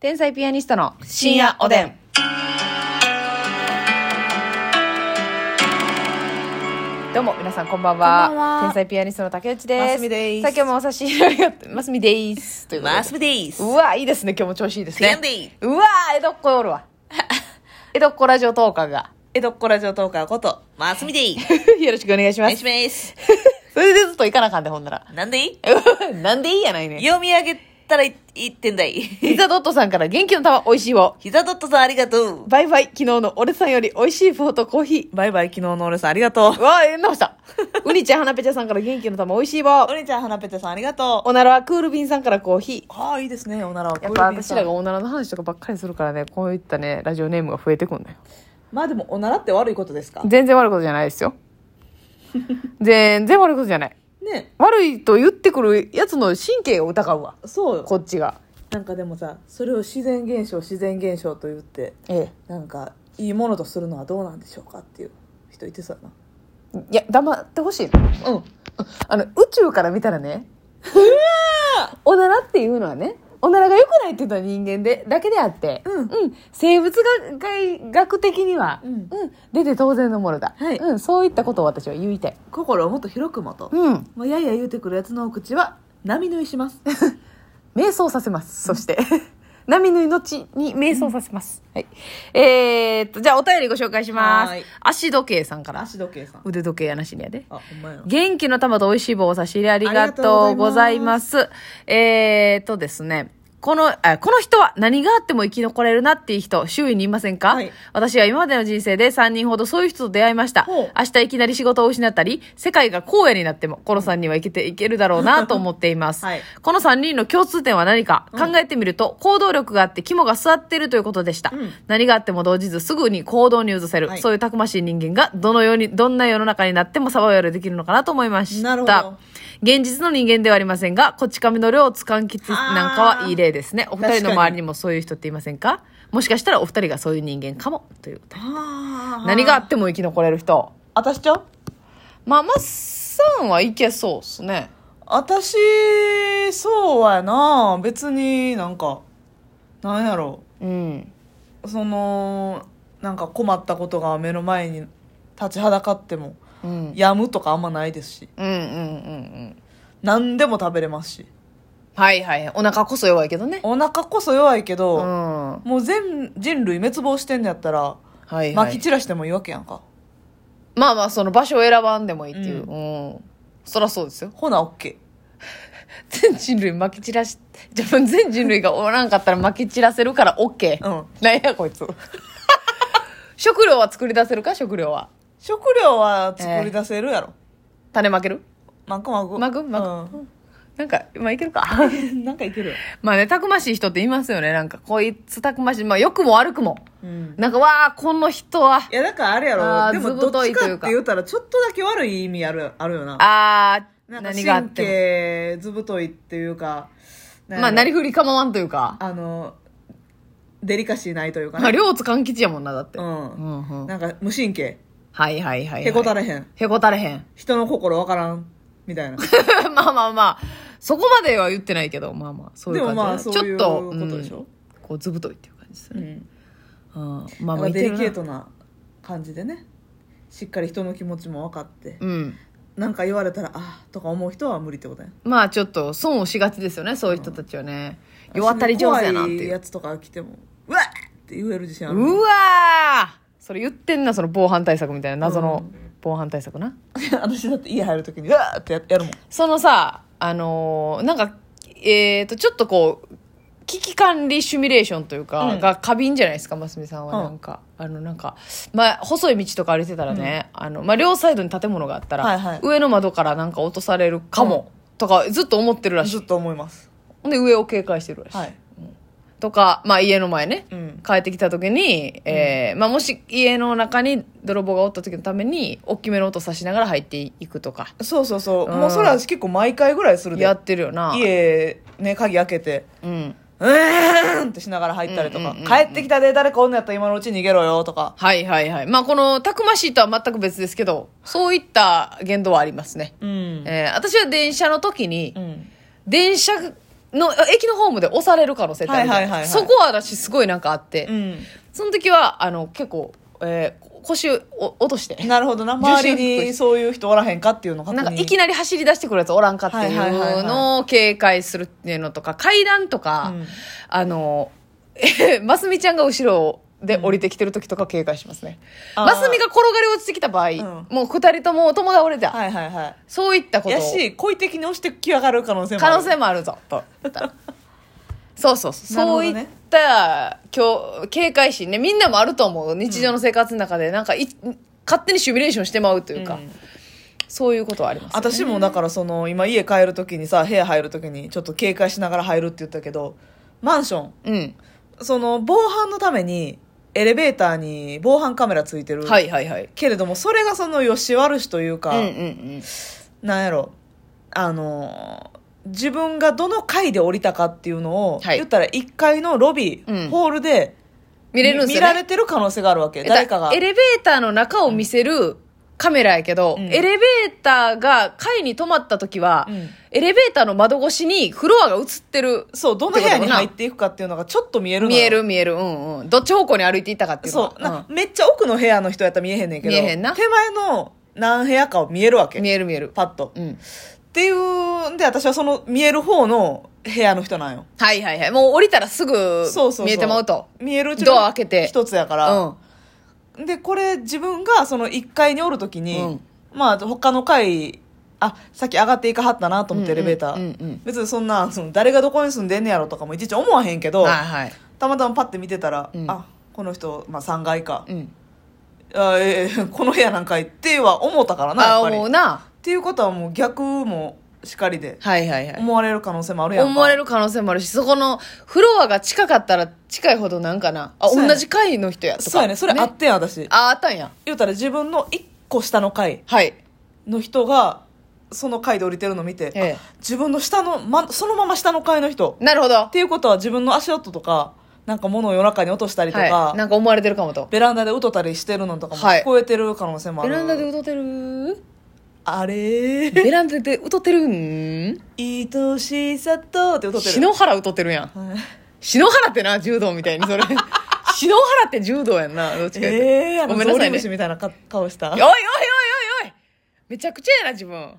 天才ピアニストの深夜おでん。どうも皆さんこんばんはこんばんは天才ピアニストの竹内ですますみですさあ今日もお差し入れありがとうますみですということでマスブです。うわいいですね今日も調子いいですねなんでいいうわ江戸っ子おるわ 江戸っ子ラジオトーカーが江戸っ子ラジオトーカーこと、マスミで い。よろしくお願いしおま願いすします。それでずっと行かなあかんでほんならなんでいい なんでいいやないね読み上げたらいいってんだい。 ピザドットさんから元気の玉美味しいを膝ドットさんありがとう。バイバイ昨日の俺さんより美味しいフォートコーヒバイバイ、昨日の俺さんありがとうーう。わえ直したうにちゃんはなぺちゃさんから元気の玉美味しい棒お姉ちゃん、花ペタさんありがとう。おならはクールビンさんからコーヒーああ、いいですね、おならは。やっぱ私らがおならの話とかばっかりするからね、こういったね、ラジオネームが増えてくんだよ。まあでも、おならって悪いことですか全然悪いことじゃないですよ。 全然悪いことじゃない。ね。悪いと言ってくるやつの神経を疑うわ。そうよ。こっちが。なんかでもさ、それを自然現象、自然現象と言って、えなんか、いいものとするのはどうなんでしょうかっていう人いてそうやえ。いや、黙ってほしいの。な。うん。あの、宇宙から見たらね、おならっていうのはね、おならが良くないっていうのは人間で、だけであって、うん生物学学的には、うん出て当然のものだ、はいうん。そういったことを私は言いたい。心をもっと広くもと。うん。もうやや言うてくるやつのお口は波縫いします瞑想させます。そして、 波の命に瞑想させます。はい。えーっと、じゃあお便りご紹介しまはーすい。足時計さんから。足時計さん腕時計やなしにやで。あほんまやな元気の玉と美味しい棒を差し入れありがとうございます。えーっとですね。この、あこの人は何があっても生き残れるなっていう人、周囲にいませんか、はい私は今までの人生で3人ほどそういう人と出会いました。ほう明日いきなり仕事を失ったり、世界が荒野になっても、コロさんには生きていけるだろうなと思っています。はいこの3人の共通点は何か、考えてみると、行動力があって肝が据わっているということでした。うん何があっても動じずすぐに行動に移せる、はいそういうたくましい人間がどのように、どんな世の中になってもサバイバルできるのかなと思いました。なるほど現実の人間ではありませんが、こっち亀の量をつかんきつなんかはいい例ですね。お二人の確か周りににもそういう人っていませんかもしかしたらお二人がそういう人間かも、という。あー何があっても生き残れる人。私ちゃうママさんはいけそうっすね。私そうやな別になんかなんやろうん。うそのなんか困ったことが目の前に立ちはだかってもうん。やむとかあんまないですしうんうんうんうん。何でも食べれますしはいはい。お腹こそ弱いけどね。お腹こそ弱いけうど、ん。はもう全人類滅亡してんのやったらい、はい。撒き散らしてもいいわけやんかまあまあ、その場所を選ばんでもいいっていう。ううん。そらそうですよ。ほな OK 全人類撒き散らし、自分全人類がおらんかったら撒き散らせるから OK。うんなんやこいつ。食料は作り出せるか食料は。食料は作り出せるやろ、種まけるマグマグまぐまぐうんなんか、まあいける か。 なんかいけるよ、まあね、たくましい人っていますよね。なんか、こいつたくましい。まあ、良くも悪くも。うん、なんか、わあ、この人は。いやだからあれやあーろでもずぶどっとちいとかいっうかて言うたらちょっとだけ悪い意味あるあるよなあなー、んか何神があっても。経ずぶといっていうかんやろまあ、なりふり構わんというか。あのデリカシーないというかまあ、ね、両津勘吉やもんな、だって。うんうんうんなんか無神経はいはいはいはい。へこたれ。れへん、へこたれへん。 人の心わからんみたいなまあまあまあ、そこまでは言ってないけど、まあまあ、そういう感じ でもまあそういうちょっと、ことでしょうんこう、ずぶといっていう感じですうよね。んうん。まあなんまあ、かいデけリケーるトな。な感じでねしっかり人の気持ちも分かってうん。なんか言われたらあーとか思う人は無理ってことやまあ、ちょっと、損をしがちですよね、そういう人たちはね。弱ったり上手やなって怖いう。やつとか来てもうわっって言える自信あるうわーそれ言ってんなその防犯対策みたいな謎のう防犯対策な、 私だって家入るときにうわーってややるもんそのさあのーなんかえっ、とちょっとこう危機管理シミュレーションというか、うんが過敏じゃないですか真澄さんはうんなんか、あのなんか、まあ、細い道とか歩いてたらね、あのまあ、両サイドに建物があったら、はいはい上の窓からなんか落とされるかも、とかずっと思ってるらしずいっと思いますほんで上を警戒してるらしい、はいとか、まあ、家の前ね、うん帰ってきた時に、えーまあ、もし家の中に泥棒がおった時のために大きめの音さしながら入っていくとかそうそうそう、うんもうそれは結構毎回ぐらいするやでってるよな、家ね鍵開けてうん、うーんってしながら入ったりとうんうか、んうんうん帰ってきたで誰かおんのやったら今のうち逃げろよとかはいはいはいまあこのたくましいとは全く別ですけどそういった言動はありますね、うん、えー私は電車の時に、うん電車の、駅のホームで押される可能性ってあるじゃんはいはいはいはいそこは私すごいなんかあって、うん。その時は、あの、結構、えー腰を落として、なるほどな。周りにそういう人おらへんかっていうのを確な認んかいきなり走り出してくるやつおらんかっていはいはいはういのを警戒するっていうのとか、階段とか、うんあの、 えますみちゃんが後ろで降りてきてる時とか警戒しますね。あーますみが転がり落ちてきた場合、んもう二人とも友倒れだ、はいはいはそういったこい。とをやし、故意的に押してきやがる可能性もあ可る。能性もあるぞ、と。そうそうそう、なるほそどうねいった今日警戒心ね、みんなもあると思う。日常の生活の中で、なんかい、勝手にシミュレーションしてまうというか、うんそういうことはあります、ね。私もだからその今家帰るときにさ部屋入るときにちょっと警戒しながら入るって言ったけどマンションうん。その防犯のためにエレベーターに防犯カメラついてる、はいはいはい。けれどもそれがそのよし悪しといううんか、うんうん。なんやろあのー自分がどの階で降りたかっていうのを、はい言ったら1階のロビー、うんホールで見れるんですよ、ね。見られてる可能性があるわけえだ誰かがエレベーターの中を見せるカメラやけど、うんエレベーターが階に止まった時は、うんエレベーターの窓越しにフロアが映ってる。そうどの部屋に入っていくかっていうのがちょっと見えるの見よえる見える。うんうん。どっち方向に歩いていったかっていうのがそう、なめっちゃ奥の部屋の人やったら見えへんねんけど見えへんな手前の何部屋かを見えるわうけん見える見える。パッと、うっん。ていうんで私はその見える方の部屋の人なんよはいはいはい。もう降りたらすぐそうそうそう見えてまうと。見えるうちドア開けて一つやかうら、でこれ自分がその1階におるときに、うんまあ他の階あさっき上がっていかはったなと思ってエうんうレんベーター、うんうん別にそんなその誰がどこに住んでんねやろとかもいちいち思わへんけん。ど、はいはい。たまたまパッて見てたら、うんあこの人、まあ、3階か、うん。あえ ーこの部屋なんか行っては思ったからなあやあ、っぱり思っうな。ていうことはもう逆もしかりではいはいはい。思われる可能性もあるやんか思われる可能性もあるし、そこのフロアが近かったら近いほどなんかな。あ、そうやね同じ階の人やとか。そうやねそれああってん私あったんや。言うたら自分の1個下の階はい。の人がその階で降りてるの見えて、えあ自分の下の、ま、そのまま下の階の人なるほど。っていうことは自分の足音とかなんか物を夜中に落としたりとか、はい。なんか思われてるかもと。ベランダでうとたりしてるのとかもはい聞こえてる可能性もあベる、ランダで歌ってるあれ ーベランダで歌ってるん愛しさとって歌ってる篠原歌ってるやん。はい篠原ってな、柔道みたいにそれ。 篠原って柔道やんな、どっちか言うとええあのごめんなさいゾウリね。ムシみたいなか顔したおいおいおいおいおいめちゃくちゃやな、自 分。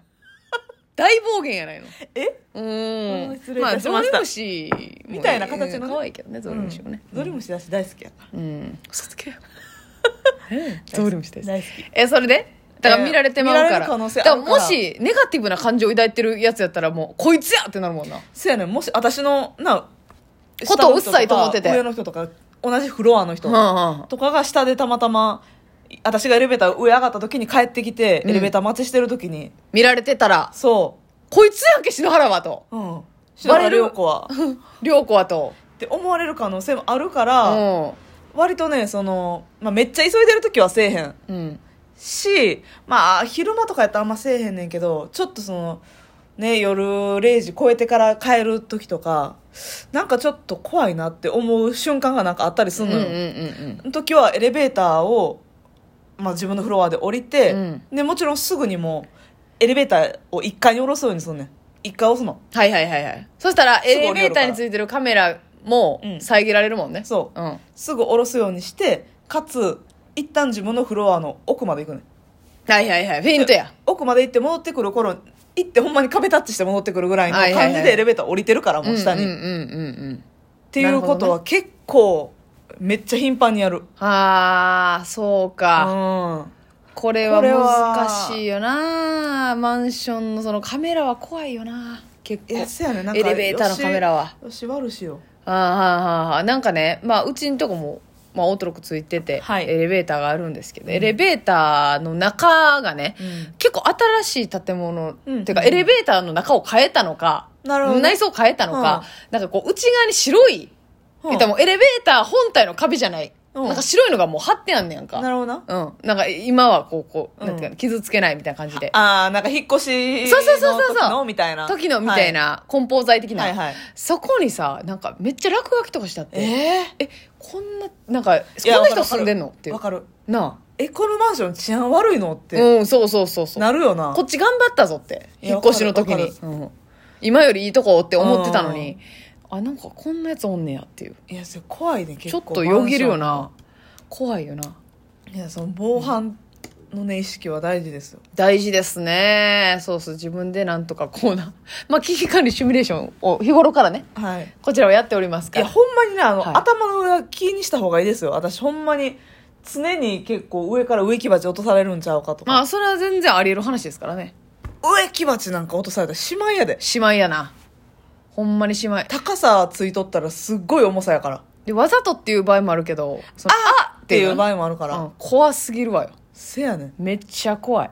大暴言やないの。えうーうんん失礼いまあたしゾまウしリたムシもねみたいな形のねうん可愛いけどねゾウリムシもねゾウリムシだし大好きやからうん嘘つけよゾウリムシです大好きえそれでだから見られてまうえー見かられる可能性だからあるからもしネガティブな感情を抱いてるやつやったらもうこいつやってなるもんなそうやねんもし私のなことをうっ下のさい人と思っててか上の人とか同じフロアの人はとかが下でたまたま私がエレベーター上上がった時に帰ってきて、うんエレベーター待ちしてる時に見られてたらそこいつやんけ篠原はとううんババレレるる子はっ涼子はとて思われる可能性もあるかうら、ん割とねその、まあ、めっちゃ急いでる時はせえへんうんし、まあ、昼間とかやったらあんませえへんねんけど、ちょっとその、ね、夜0時超えてから帰る時とか、なんかちょっと怖いなって思う瞬間がなんかあったりすうんるうんうのんよ。うんの時はエレベーターを、まあ自分のフロアで降りて、うんで、もちろんすぐにもう、エレベーターを1階に下ろすようにすんねん。1階押すの。はいはいはいはいそしたらエレベーターについてるカメラもうん遮られるもんねそうんすぐ下ろすようにして、かつ、一旦自分のフロアの奥まで行くねん。はいはいはいフェイントや奥まで行って戻ってくる頃行ってほんまに壁タッチして戻ってくるぐらいのはいはいはい感じでエレベーター降りてるからもう下に、うんうっんうんうんうんていうことは結構めっちゃ頻繁にやるああそううかんこれはこれは難しいよなマンションのそのカメラは怖いよな結い構やせやねなんかエレベーターのカメラはよしよし悪しよあーはーはーはーなんかねまあうちんとこもまあ、オートロックついてて、はいエレベーターがあるんですけど、エレベーターの中がね、うん結構新しい建物、うんていうかうんエレベーターの中を変えたのか、なるほどね内装変えたのかは、なんかこう内側に白い、はあ言ったらもうエレベーター本体の壁じゃない、うんなんか白いのがもう貼ってあんねやんか。なるほどなうん。なんか今はこう、こう、うんなんていうかな、傷つけないみたいな感じで。ああなんか引っ越しのそうそうそうそう時のみたいな時のみたいな、梱包材的な、はいはいそこにさ、なんかめっちゃ落書きとかしてあって。えええこんな、なんか、いやこんな人住んでんのっていうわ。かるわかるなえこのマンション治安悪いのっあ。てうん、そうそうそうそう。なるよなこっち頑張ったぞって。い引やっ越しの時わかにるわ。うん今よりいいとこって思ってたのに、あ、なんかこんなやつおんねやっていう。いやそれ怖いね結ちょっ構とよぎるよな。怖いよな。マンションいやその防犯のね意識は大事ですよ大事ですね。そうそう、自分でなんとかこうな。まあ、危機管理シミュレーションを日頃からね、はいこちらはやっておりますいかやら。ほんまにねあの、はい頭の上は気にした方がいいですよ私ほんまに常に結構上から植木鉢落とされるんちゃうかとまか、あ、それは全然あり得る話ですからね。植木鉢なんか落とされたらしまいやでしまいやな。ほんまにしまい。高さついとったらすっごい重さやからで、わざとっていう場合もあるけど、そのあっっていう場合合もあるから、うん、怖すぎるわよ。せやねんめっちゃ怖い。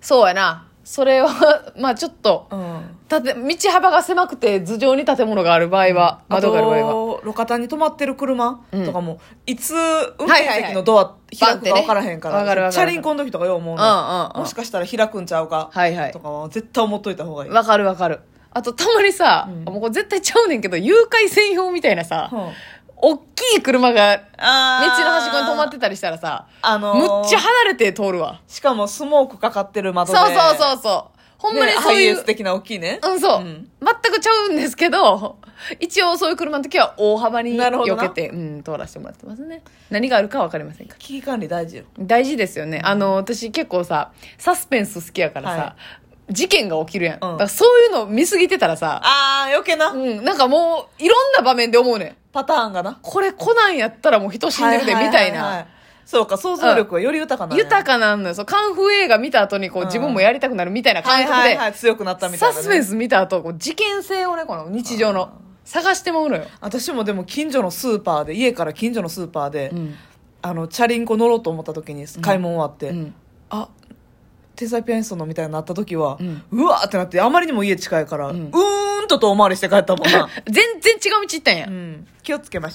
そうやな。それは、 まあちょっと、うんたて道幅が狭くて頭上に建物がある場合は、あ窓がある場合は。と路肩に止まってる車うんとかも、いつ運はいはい転席のドア開くかバンってね分からへんから,、わかるわかるチャリンコの時とかよう思うの、うんうんうんもしかしたら開くんちゃうかはいはいと。かは絶対思っといた方がいい、わかるわかる。あと、たまにさ、うんもうこれ絶対ちゃうねんけど、誘拐専用みたいなさ、うんおっきい車が道あのー端っこに止まってたりしたらさ、あのーむっちゃ離れて通るわ。しかもスモークかかってる窓そうでそうそううそう。ほんまにそうハイエいーう、ス的な大きいね、うん、そう、うん全くちゃうんですけど、一応そういう車の時は大幅になるほど避なけて、うん、通らせてもらってますね。何があるかわかりませんから。危機管理大事よ大事ですよね。あの、私結構さ、サスペンス好きやからさ、は事件が起きるやん。んだからそういうの見すぎてたらさ、ああ余計な、うん、なんかもう、いろんな場面で思うねん。パターンがなこれコナンやったらもう人死んでるで、みはははたはいな。そうか想像力はより豊かなんや豊かなんのよ。そう、カンフー映画見た後にこう、うん自分もやりたくなるみたいなは感い覚はいで、はい強くなったみたいサなね、スペンス見た後、こう、事件性をね、この日常の、探してもうのよ。私もでも近所のスーパーで家から近所のスーパーで、うん。あのチャリンコ乗ろうと思った時に買い物終わって、うん。あ天才ピアニストのみたいになった時は、ううんわーってなってあまりにも家近いから、ううんーんと遠回りして帰ったもんな、全然違う道行ったんや。うん、気をつけましょう